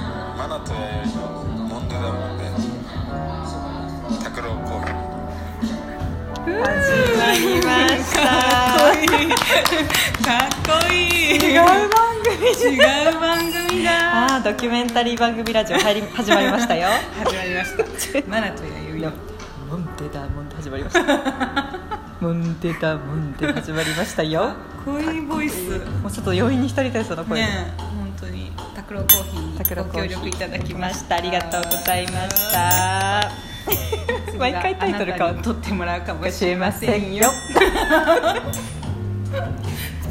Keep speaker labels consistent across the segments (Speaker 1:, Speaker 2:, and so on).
Speaker 1: えー、モンドダモンベンジ拓郎コーヒー
Speaker 2: 始まりました
Speaker 3: かっこいいかっこいい
Speaker 2: 違う番組じゃん
Speaker 3: 違う番組だ
Speaker 2: あードキュメンタリー番組ラジオ入り始まりましたよ
Speaker 3: 始まりましたマナとやゆい
Speaker 2: いやモンテダモンテ始まりましたモンテダモンテ始まりましたよ
Speaker 3: 恋ボイス
Speaker 2: もうちょっと余韻に浸りたいその声、
Speaker 3: ねえ本当に拓郎コーヒ
Speaker 2: タク
Speaker 3: ー
Speaker 2: ロ
Speaker 3: に
Speaker 2: コ
Speaker 3: ご
Speaker 2: ー
Speaker 3: 協
Speaker 2: ヒー
Speaker 3: 力いただきました
Speaker 2: ありがとうございました
Speaker 3: 次は
Speaker 2: 毎回タイトル変わ
Speaker 3: あ
Speaker 2: っ
Speaker 3: なた
Speaker 2: て
Speaker 3: に取ってもらうかもし
Speaker 2: 教え
Speaker 3: れ
Speaker 2: ま
Speaker 3: ま
Speaker 2: せ
Speaker 3: せ
Speaker 2: ん
Speaker 3: ん
Speaker 2: よ
Speaker 3: よ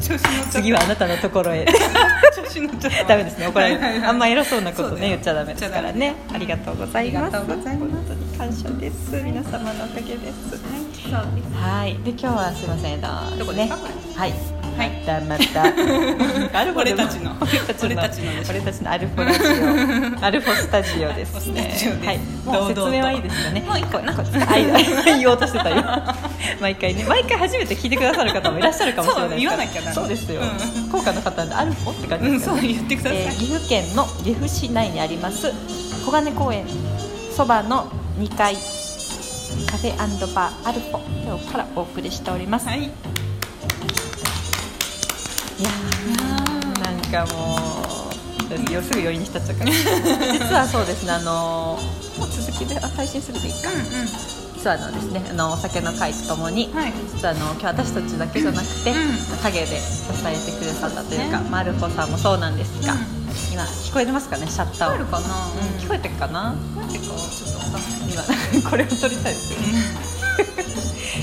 Speaker 3: 調子乗っちゃった
Speaker 2: 次はあなたのところへ
Speaker 3: 調子乗っちゃった
Speaker 2: ダメですね怒られる、
Speaker 3: はいはいはい
Speaker 2: あんま偉そうなこと
Speaker 3: そう
Speaker 2: ね
Speaker 3: だよ
Speaker 2: 言っちゃダメですからねありがとうございます
Speaker 3: ありがとうございます
Speaker 2: 本当に感謝です皆様のおかげです
Speaker 3: はいそうです
Speaker 2: はい、で今日はすみません、えっと
Speaker 3: どこですかこ
Speaker 2: はい、
Speaker 3: はい
Speaker 2: またまた、アルフォでも
Speaker 3: 俺たちの
Speaker 2: 俺たちの、
Speaker 3: 俺たちのでしょ
Speaker 2: 俺たちのアルフォラジ オ、アルフォスタジオですね
Speaker 3: アルフォスタジオです
Speaker 2: はい、もう
Speaker 3: 堂々と
Speaker 2: 説明はいいですよね。
Speaker 3: もう一個なんか
Speaker 2: はい、言おうとして たよ。毎回ね、毎回初めて聞いてくださる方もいらっしゃるかもしれないから。
Speaker 3: そう言わなきゃな
Speaker 2: そうですよ
Speaker 3: う。
Speaker 2: 効果の方なんでアルフォって感じ
Speaker 3: うん、
Speaker 2: ですよ
Speaker 3: そう
Speaker 2: ね。
Speaker 3: 言ってください、
Speaker 2: えー岐阜県の岐阜市内にあります小金公園そばの2階カフェバーアルフォ今日からお送りしております、、
Speaker 3: はいいいや
Speaker 2: やーなんかもうよすぐ余韻に浸っちゃ うから実はそうですねあのーもう続きであ配信するでいいか、
Speaker 3: う
Speaker 2: 実はあのですねあのお酒の会とともに、
Speaker 3: んうんはい
Speaker 2: 実はあの今日私たちだけじゃなくて、
Speaker 3: うん
Speaker 2: 陰で支えてくださったというか、
Speaker 3: そうですね
Speaker 2: マルコさんもそうなんですが、
Speaker 3: うん
Speaker 2: 今聞こえてますかねシャッター
Speaker 3: あ
Speaker 2: を
Speaker 3: るかな、
Speaker 2: うん聞こえてるかな
Speaker 3: なんでかちょっとわかんない
Speaker 2: 今 これを撮りたいですよ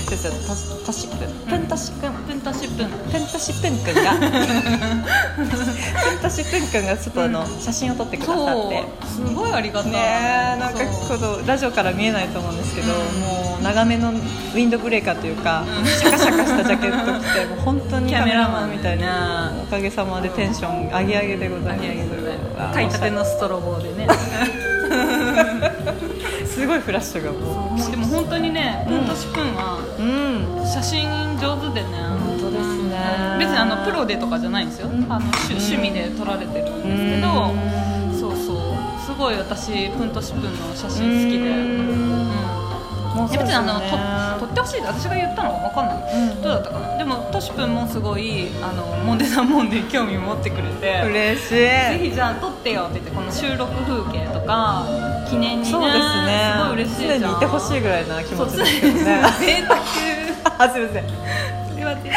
Speaker 2: ですよとしとしくんぷんとしくん
Speaker 3: 分と10分
Speaker 2: ぷんとしぷんくんがぷんとしぷんくんがちょっとあの、
Speaker 3: う
Speaker 2: 写真を撮ってくださっ
Speaker 3: そ
Speaker 2: て
Speaker 3: うすごいありがたい
Speaker 2: ねえなんかこのラジオから見えないと思うんですけど、
Speaker 3: うん
Speaker 2: もう長めのウィンドブレーカーというか、
Speaker 3: うん
Speaker 2: シャカシャカしたジャケット着てもう本当に
Speaker 3: キ
Speaker 2: カ
Speaker 3: ャ
Speaker 2: メ
Speaker 3: メ
Speaker 2: ラ
Speaker 3: ラ
Speaker 2: マ
Speaker 3: マ
Speaker 2: ン
Speaker 3: ン
Speaker 2: み
Speaker 3: み
Speaker 2: た
Speaker 3: た
Speaker 2: い
Speaker 3: い
Speaker 2: な
Speaker 3: な
Speaker 2: おかげさまでテンション上げ上げでございます
Speaker 3: 買いたてのストロボでね
Speaker 2: すごいフラッシュがもう
Speaker 3: でも本当にね
Speaker 2: うん
Speaker 3: 文としくんは
Speaker 2: うん
Speaker 3: 写真上手でね
Speaker 2: 本当ですね
Speaker 3: 別にあのプロでとかじゃないんですよ
Speaker 2: うん
Speaker 3: あの趣趣味で撮られてる
Speaker 2: う
Speaker 3: んですけど
Speaker 2: ん
Speaker 3: そうそうすごい私文としくんの写真好きでうん
Speaker 2: もう
Speaker 3: いや別にあのと
Speaker 2: と
Speaker 3: 撮ってほしいって私が言ったのわかんない
Speaker 2: うん
Speaker 3: どうだったかなでもとしくんもすごいあのモンデさんモンデに興味持ってくれて
Speaker 2: 嬉しい
Speaker 3: ぜひじゃあ撮ってよって言ってこの収録風景とか記念にね
Speaker 2: そうですね
Speaker 3: すごい嬉しいじゃん
Speaker 2: 常にいてほしいぐらいな気
Speaker 3: そ
Speaker 2: 持
Speaker 3: う
Speaker 2: ち
Speaker 3: 常
Speaker 2: で
Speaker 3: に
Speaker 2: すけどね
Speaker 3: 贅沢
Speaker 2: あすいません
Speaker 3: それは贅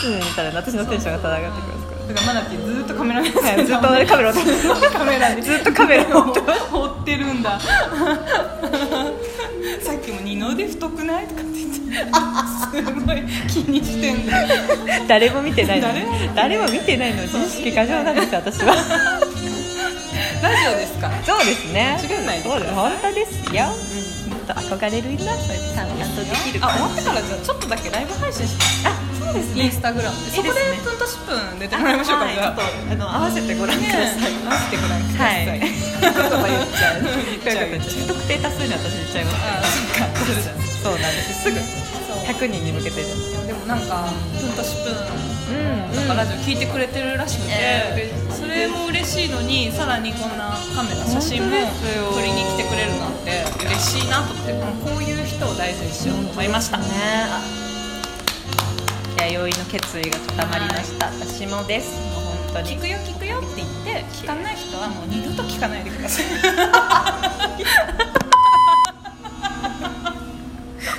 Speaker 2: 常にいたら私のテンションが上がってくるんです
Speaker 3: 沢だからマナティーずっとカメラ目
Speaker 2: からはいずっとねカメラをずっ
Speaker 3: カメラで
Speaker 2: とカメラを
Speaker 3: 追ってるんださっきも二の腕太くないとかって言ってすごい気にしてんだ
Speaker 2: 誰も見てないの
Speaker 3: 誰も見
Speaker 2: 誰も見
Speaker 3: てない
Speaker 2: てないの自意識過剰なんですよ私は
Speaker 3: ラジオですか
Speaker 2: そうですね
Speaker 3: 間違いないです
Speaker 2: そうです本当ですよもっと憧れるなそういうさんとできる
Speaker 3: あ終わってからじゃあちょっとだけライブ配信します
Speaker 2: あそうです
Speaker 3: インスタグラムで
Speaker 2: い
Speaker 3: そ
Speaker 2: いで
Speaker 3: こです
Speaker 2: ね
Speaker 3: 分とし分出てもらいましょうか
Speaker 2: はい
Speaker 3: じ
Speaker 2: ちょっ
Speaker 3: ゃ
Speaker 2: と
Speaker 3: あ
Speaker 2: あの合わせてご覧ください
Speaker 3: 合わせてご覧くだ
Speaker 2: は
Speaker 3: さ
Speaker 2: い。
Speaker 3: い
Speaker 2: と言っちゃう。
Speaker 3: 言っちゃう
Speaker 2: 特定多数に私言っちゃいます。
Speaker 3: あ そっかそうだね
Speaker 2: そうなんです。すぐ
Speaker 3: そ
Speaker 2: 100
Speaker 3: う
Speaker 2: 人に向けてです。
Speaker 3: いやでもなんか「ふんとしぷん
Speaker 2: うん。」
Speaker 3: なんかラジオ聞いてくれてるらしくて、
Speaker 2: ね
Speaker 3: それも嬉しいのにさらにこんなカメラ写真も
Speaker 2: 本当ですよ
Speaker 3: 撮りに来てくれるなんて嬉しいなと思ってこういう人を大事にしようと思いました、
Speaker 2: ね。あいや余韻の決意が固まりました。私もです。もう本当に
Speaker 3: 聞。くよ聞くよって言って聞かない人はもう二度と聞かないでください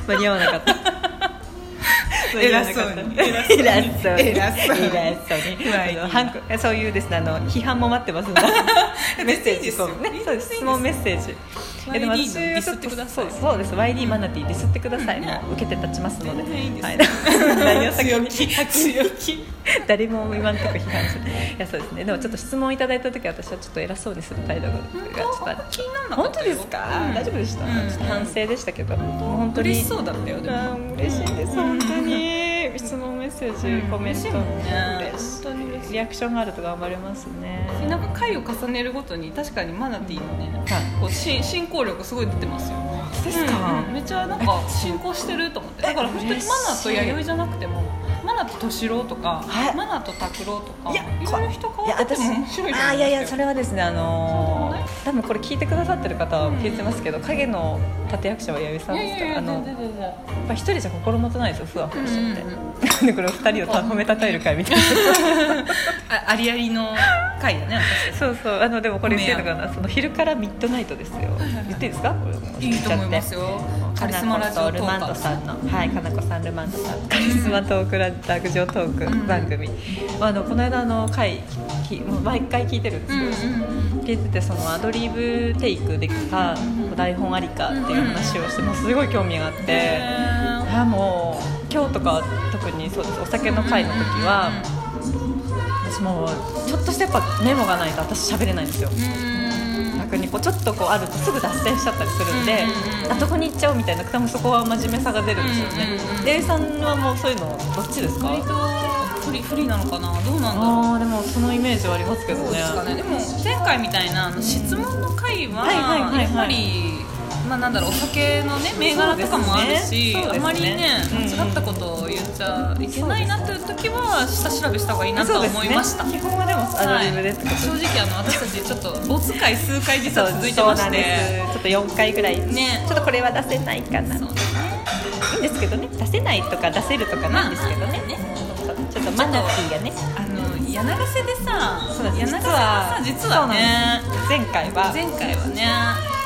Speaker 2: 間に合わなかった。
Speaker 3: 偉そう
Speaker 2: 偉そ
Speaker 3: に
Speaker 2: うに偉そうに
Speaker 3: 偉そうに
Speaker 2: 偉そうに
Speaker 3: 不安
Speaker 2: あ
Speaker 3: に
Speaker 2: の反抗そういうですねあの批判も待ってますので メッセージ
Speaker 3: いいですよ
Speaker 2: そうねそうです質問メッセージ
Speaker 3: YD
Speaker 2: いやでも
Speaker 3: にディ
Speaker 2: 私
Speaker 3: ス
Speaker 2: は
Speaker 3: っ
Speaker 2: ち
Speaker 3: て
Speaker 2: ょっ
Speaker 3: く
Speaker 2: と
Speaker 3: ださ
Speaker 2: そ
Speaker 3: いう
Speaker 2: そうです YD マナティーディスってくださいもう受けて立ちますので
Speaker 3: 全然いいです
Speaker 2: はい 何を先に
Speaker 3: 強気
Speaker 2: 誰も今んとこ批判するいやそうですねでもちょっと質問いただいた時は私はちょっと偉そうにする態度がちょっとある
Speaker 3: 気にならなか
Speaker 2: 本
Speaker 3: っ
Speaker 2: 当
Speaker 3: た
Speaker 2: で
Speaker 3: よ
Speaker 2: すか、
Speaker 3: うん
Speaker 2: 大丈夫でした、
Speaker 3: うん
Speaker 2: ちょっと反省でしたけど本当に
Speaker 3: 嬉しそうだったよでも
Speaker 2: あー嬉しいです本当に質問メッセージコメント、嬉し
Speaker 3: 当に嬉
Speaker 2: いリアクションがあると頑張れますね
Speaker 3: なんか回を重ねるごとに確かにマナティーのね
Speaker 2: はい
Speaker 3: こうし進行力すごい出てますよ
Speaker 2: ですか
Speaker 3: うんうんめっちゃなんか進行してると思ってだから本当にマナと弥生じゃなくてもマナナと敏郎とか、
Speaker 2: はい
Speaker 3: マナと拓郎とか
Speaker 2: いや
Speaker 3: いろいろ人変わってても面
Speaker 2: い
Speaker 3: 白いと思うんですよ
Speaker 2: やあいやいやそれはですねあのー多分これ聞いてくださってる方は聞いてますけど、影の立役者は弥生さん
Speaker 3: い
Speaker 2: です
Speaker 3: やい
Speaker 2: から
Speaker 3: やいや
Speaker 2: あの
Speaker 3: 全然全然
Speaker 2: やっぱ一人じゃ心もとないですよふわふわしちゃって、
Speaker 3: うんうんうん
Speaker 2: なん でこれを二人をた褒めたたえる会みたいな
Speaker 3: あありありの回だね
Speaker 2: そうそうあのでもこれ言ってるのかなその昼からミッドナイトですよ
Speaker 3: いはい
Speaker 2: 言っていいですかこれもう
Speaker 3: 私いいと思いますよカリスマラジオ
Speaker 2: ル
Speaker 3: ト
Speaker 2: マン
Speaker 3: ー
Speaker 2: ド
Speaker 3: ク
Speaker 2: さんのはいかなこさんルマンドさんカリスマトークラ落上トーク番組、あのこの間あの回きもう毎回聞いてるんです
Speaker 3: うん
Speaker 2: け
Speaker 3: うん
Speaker 2: ど、
Speaker 3: うん
Speaker 2: 聞いててそのアドリブテイクできた台本ありかっていう話をしてもうすごい興味があって
Speaker 3: へ
Speaker 2: あもう今日とか特にそうですお酒の会の時は私もうちょっとしたやっぱメモがないと私喋れないんですよ
Speaker 3: うん
Speaker 2: 逆にこうちょっとこうあるとすぐ脱線しちゃったりするんで
Speaker 3: うんうん
Speaker 2: あどこに行っちゃおうみたいな多分そこは真面目さが出るんですよ
Speaker 3: うんうんう
Speaker 2: ね
Speaker 3: ん
Speaker 2: で A さんはもうそういうのどっちですか
Speaker 3: 割とフリフリなのかなどうなんだろう
Speaker 2: あーでもそのイメージはありますけど
Speaker 3: そう
Speaker 2: ね
Speaker 3: ですかねでも前回みたいなあの質問の回は
Speaker 2: はいはいはいはい
Speaker 3: やっぱり、まあ、なんだろうお酒の、ね、銘柄とかもあるし、
Speaker 2: そうですねそうですね
Speaker 3: あまりね
Speaker 2: うん
Speaker 3: 間違ったことを言っちゃいけないなという時は下調べした方がいいなと
Speaker 2: そう
Speaker 3: は
Speaker 2: です
Speaker 3: 思いました、
Speaker 2: ね、基本はでもアドリブでってこと
Speaker 3: はい正直あの私たちちょっと没回数回実
Speaker 2: そう
Speaker 3: は続いてま
Speaker 2: そうな
Speaker 3: し
Speaker 2: ん
Speaker 3: て
Speaker 2: ですちょっと4回ぐらい、
Speaker 3: ね
Speaker 2: ちょっとこれは出せないかな
Speaker 3: そうね
Speaker 2: いいんですけどね出せないとか出せるとかなんですけどね,、ちょっとマナティーがね
Speaker 3: あの柳瀬でさ
Speaker 2: そうなんで
Speaker 3: 柳
Speaker 2: す
Speaker 3: 瀬はさ実はね
Speaker 2: そうなんです前回は
Speaker 3: 前回はね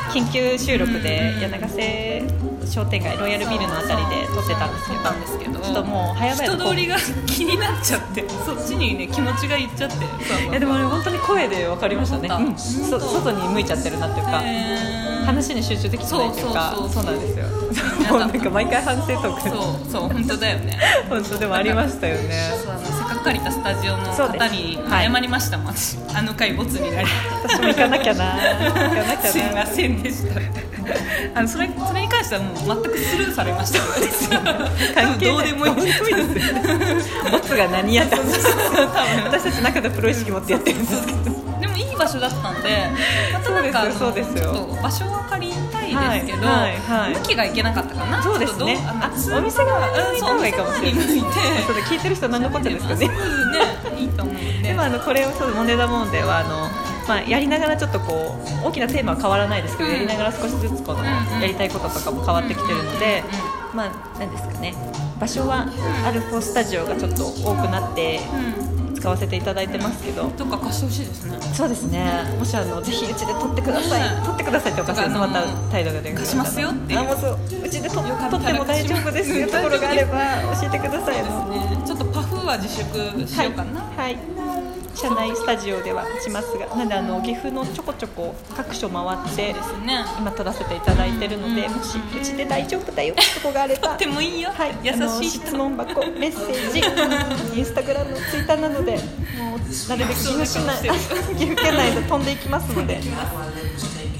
Speaker 2: 緊急収録で
Speaker 3: うん
Speaker 2: 柳瀬商店街ロイヤルビルのあたりで撮ってたんですけ
Speaker 3: 撮
Speaker 2: ど
Speaker 3: ったんですけど
Speaker 2: ちょっともう早々と
Speaker 3: 人通りが 気になっちゃってそっちにね気持ちがいっちゃって
Speaker 2: いやでもあれ本当に声で分かりましたね、
Speaker 3: 本当
Speaker 2: うんそ
Speaker 3: 本
Speaker 2: 外
Speaker 3: 当
Speaker 2: に向いちゃってるなっていうか、話に集中できてないというか
Speaker 3: そう
Speaker 2: そ
Speaker 3: そうう
Speaker 2: な
Speaker 3: そう
Speaker 2: んですよ
Speaker 3: みんな
Speaker 2: もうなんか毎回反省とか
Speaker 3: そうそう本当だよね
Speaker 2: 本当でもありましたよね
Speaker 3: そうあのせっかく借りたスタジオの
Speaker 2: そうです
Speaker 3: 方に謝りましたもん、私あの回ボツになり
Speaker 2: 私も行かなきゃな行かなき
Speaker 3: すい
Speaker 2: ゃ
Speaker 3: ま
Speaker 2: な
Speaker 3: せんでしたあのそれそれに関してはもう全くスルーされました
Speaker 2: 関係ないどうでもいい
Speaker 3: どうでもいい
Speaker 2: ですよボツが何やったんです私たち中でプロ意識持ってやってるんですけど
Speaker 3: でもいい場所だったんで、またなんかあの
Speaker 2: そうですよそうですよ
Speaker 3: ちょっと場所は借りたいですけど、
Speaker 2: はいはいはい
Speaker 3: 向きがいけなかったかな。
Speaker 2: そうですね
Speaker 3: ちょっとど
Speaker 2: あ
Speaker 3: あの
Speaker 2: お店側に向いた方がいいかもしれない
Speaker 3: そうお店側に向いて。
Speaker 2: そうだ聞いてる人何のこっちゃですかね
Speaker 3: そうねいいと思うんで。
Speaker 2: でもあのこれをちょっとモネダモンデはあの、まあ、やりながらちょっとこう大きなテーマは変わらないですけど、
Speaker 3: うん
Speaker 2: やりながら少しずつこの
Speaker 3: ん
Speaker 2: やりたいこととかも変わってきてるので、まあ何ですかね場所はアルフォスタジオがちょっと多くなって使わせていただいてますけど。
Speaker 3: うん、どっか貸してほしいですね。
Speaker 2: そうですね。もしあのぜひうちで撮ってくださ
Speaker 3: う
Speaker 2: い。
Speaker 3: ん
Speaker 2: 撮ってくださいっておかしいです。
Speaker 3: とか
Speaker 2: ま
Speaker 3: あの
Speaker 2: た態度が出る。
Speaker 3: 貸しますよっていう
Speaker 2: あもうそううちで撮
Speaker 3: よかった
Speaker 2: 撮
Speaker 3: ら
Speaker 2: っても大丈夫ですっていうところがあれば教えてください。
Speaker 3: そうですね。ちょっとパフは自粛し
Speaker 2: は
Speaker 3: よ
Speaker 2: いう
Speaker 3: かな。
Speaker 2: はい。社内スタジオではしますが、なんであの岐阜のちょこちょこ各所回って
Speaker 3: ですね。
Speaker 2: 今撮らせていただいてるので、
Speaker 3: うん
Speaker 2: もしうちで大丈夫だよってとこがあれ
Speaker 3: と
Speaker 2: ば
Speaker 3: っ。てもいいよ。
Speaker 2: はい、
Speaker 3: 優
Speaker 2: あの
Speaker 3: しい人
Speaker 2: 質。問 箱、メッセージ、インスタグラム、ツイッターなどで、もうな るべく岐阜市内、岐阜県内で飛んでいきますので、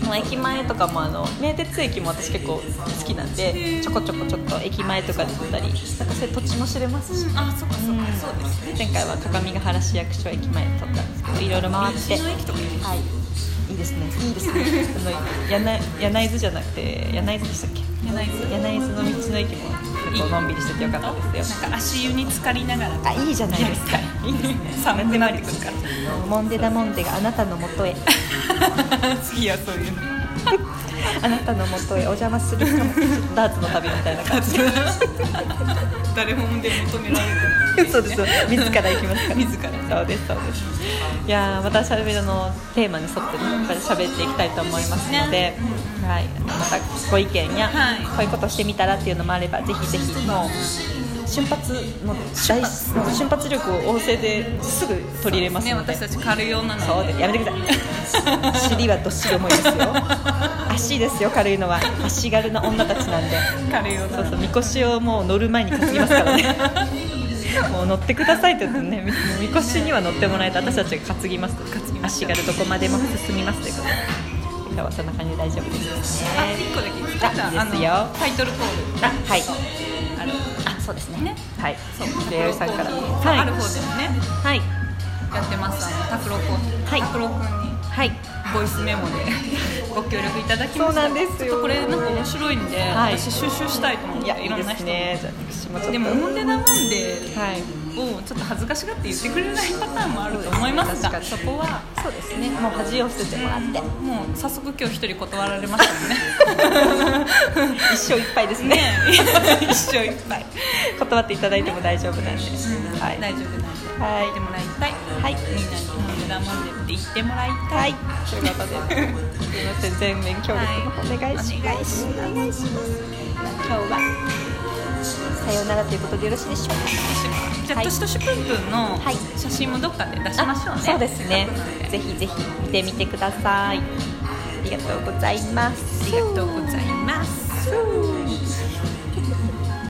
Speaker 2: もう駅前とかもあの名鉄駅も私結構好きなんで、ちょこちょこちょっと駅前とかで撮ったり、なんかそういう土地も知れますし、
Speaker 3: あ、そっかそっか。そうですね。
Speaker 2: 前回は各務原市役所駅前で撮ったんですけど、いろいろ回って。
Speaker 3: 道の駅とかいいですね
Speaker 2: はい。いいですね。いいですね。あの柳柳津じゃなくて柳津でしたっけ？
Speaker 3: 柳津
Speaker 2: 柳津の道の駅も結構のんびりしててよかったですよ。
Speaker 3: なんか足湯に浸かりながら。
Speaker 2: あいいじゃないですか。
Speaker 3: いいですね。 寒くなってく るから。
Speaker 2: モンデダモンデがあなたのもとへ
Speaker 3: 次はそういうの
Speaker 2: あなたのもとへお邪魔するかもダーツの旅みたいな感じ
Speaker 3: 誰もで求められ
Speaker 2: そうです自ら行きますから
Speaker 3: 自ら
Speaker 2: そうですそうですいやーまたしゃべりのテーマに沿ってねやっぱり喋っていきたいと思いますので、はい、またご意見や、
Speaker 3: はい
Speaker 2: こういうことしてみたらっていうのもあればぜひぜひもう瞬発の大瞬発力を旺盛ですぐ取り入れます
Speaker 3: ね
Speaker 2: ので、
Speaker 3: 私たち軽い女な
Speaker 2: そ
Speaker 3: の
Speaker 2: う
Speaker 3: で
Speaker 2: ですやめてください尻はどっしり重いですよ足ですよ軽いのは足軽な女たちなんで
Speaker 3: 軽い女
Speaker 2: そうそうみこしをもう乗る前に担ぎます からねもう乗ってくださいって言ってねみみこしには乗ってもらえた私たちが担ぎます足軽どこまでも進みますということで今日はそんな感じで大丈夫ですね
Speaker 3: あ一個だけ言ってた
Speaker 2: あいいですよ
Speaker 3: あのタイトルコール
Speaker 2: あはい
Speaker 3: そうあの
Speaker 2: あそうですね
Speaker 3: ね
Speaker 2: はい
Speaker 3: そう
Speaker 2: で弥生さんから
Speaker 3: はいある方でもね
Speaker 2: はい
Speaker 3: やってますあの拓郎コー
Speaker 2: はい
Speaker 3: 拓郎君に
Speaker 2: はい
Speaker 3: ボイスメモでご協力いただきま
Speaker 2: そう
Speaker 3: した
Speaker 2: なんです
Speaker 3: ちょっと
Speaker 2: よ
Speaker 3: これなんか面白いんで
Speaker 2: はい
Speaker 3: 私収集したいと思っ
Speaker 2: いや
Speaker 3: て
Speaker 2: い
Speaker 3: い
Speaker 2: い
Speaker 3: ろ
Speaker 2: で
Speaker 3: んな
Speaker 2: す
Speaker 3: 人
Speaker 2: ねじゃあ私もちょっと
Speaker 3: でもモンデナモンデ
Speaker 2: はい
Speaker 3: をちょっと恥ずかしがって言ってくれないパターンもあると思いますがそこは
Speaker 2: そうですねもう恥を捨ててもらって
Speaker 3: もう早速今日一人断られましたね
Speaker 2: 一生いっぱいです ね
Speaker 3: ね一生いっぱい、
Speaker 2: 断っていただいても大丈夫なんで、はい、は
Speaker 3: 大丈夫なんで
Speaker 2: い
Speaker 3: 言ってもらいたい、
Speaker 2: はい
Speaker 3: みんなにもう無駄もんでって言ってもらいたい
Speaker 2: はい、ということで、すみません、全面協力の方お願いし
Speaker 3: はいお願
Speaker 2: ま
Speaker 3: い
Speaker 2: す。お願いします。今日は。さようならということでよろしいでしょうか。
Speaker 3: じゃあ、
Speaker 2: はい
Speaker 3: トシトシプンプンの
Speaker 2: はい
Speaker 3: 写真もどっかで出しましょうね。
Speaker 2: そうですね
Speaker 3: せっかく
Speaker 2: ぜ
Speaker 3: なの。で
Speaker 2: ひぜひ見てみてください。ありがとうございます。
Speaker 3: ありがとうございます。
Speaker 2: す。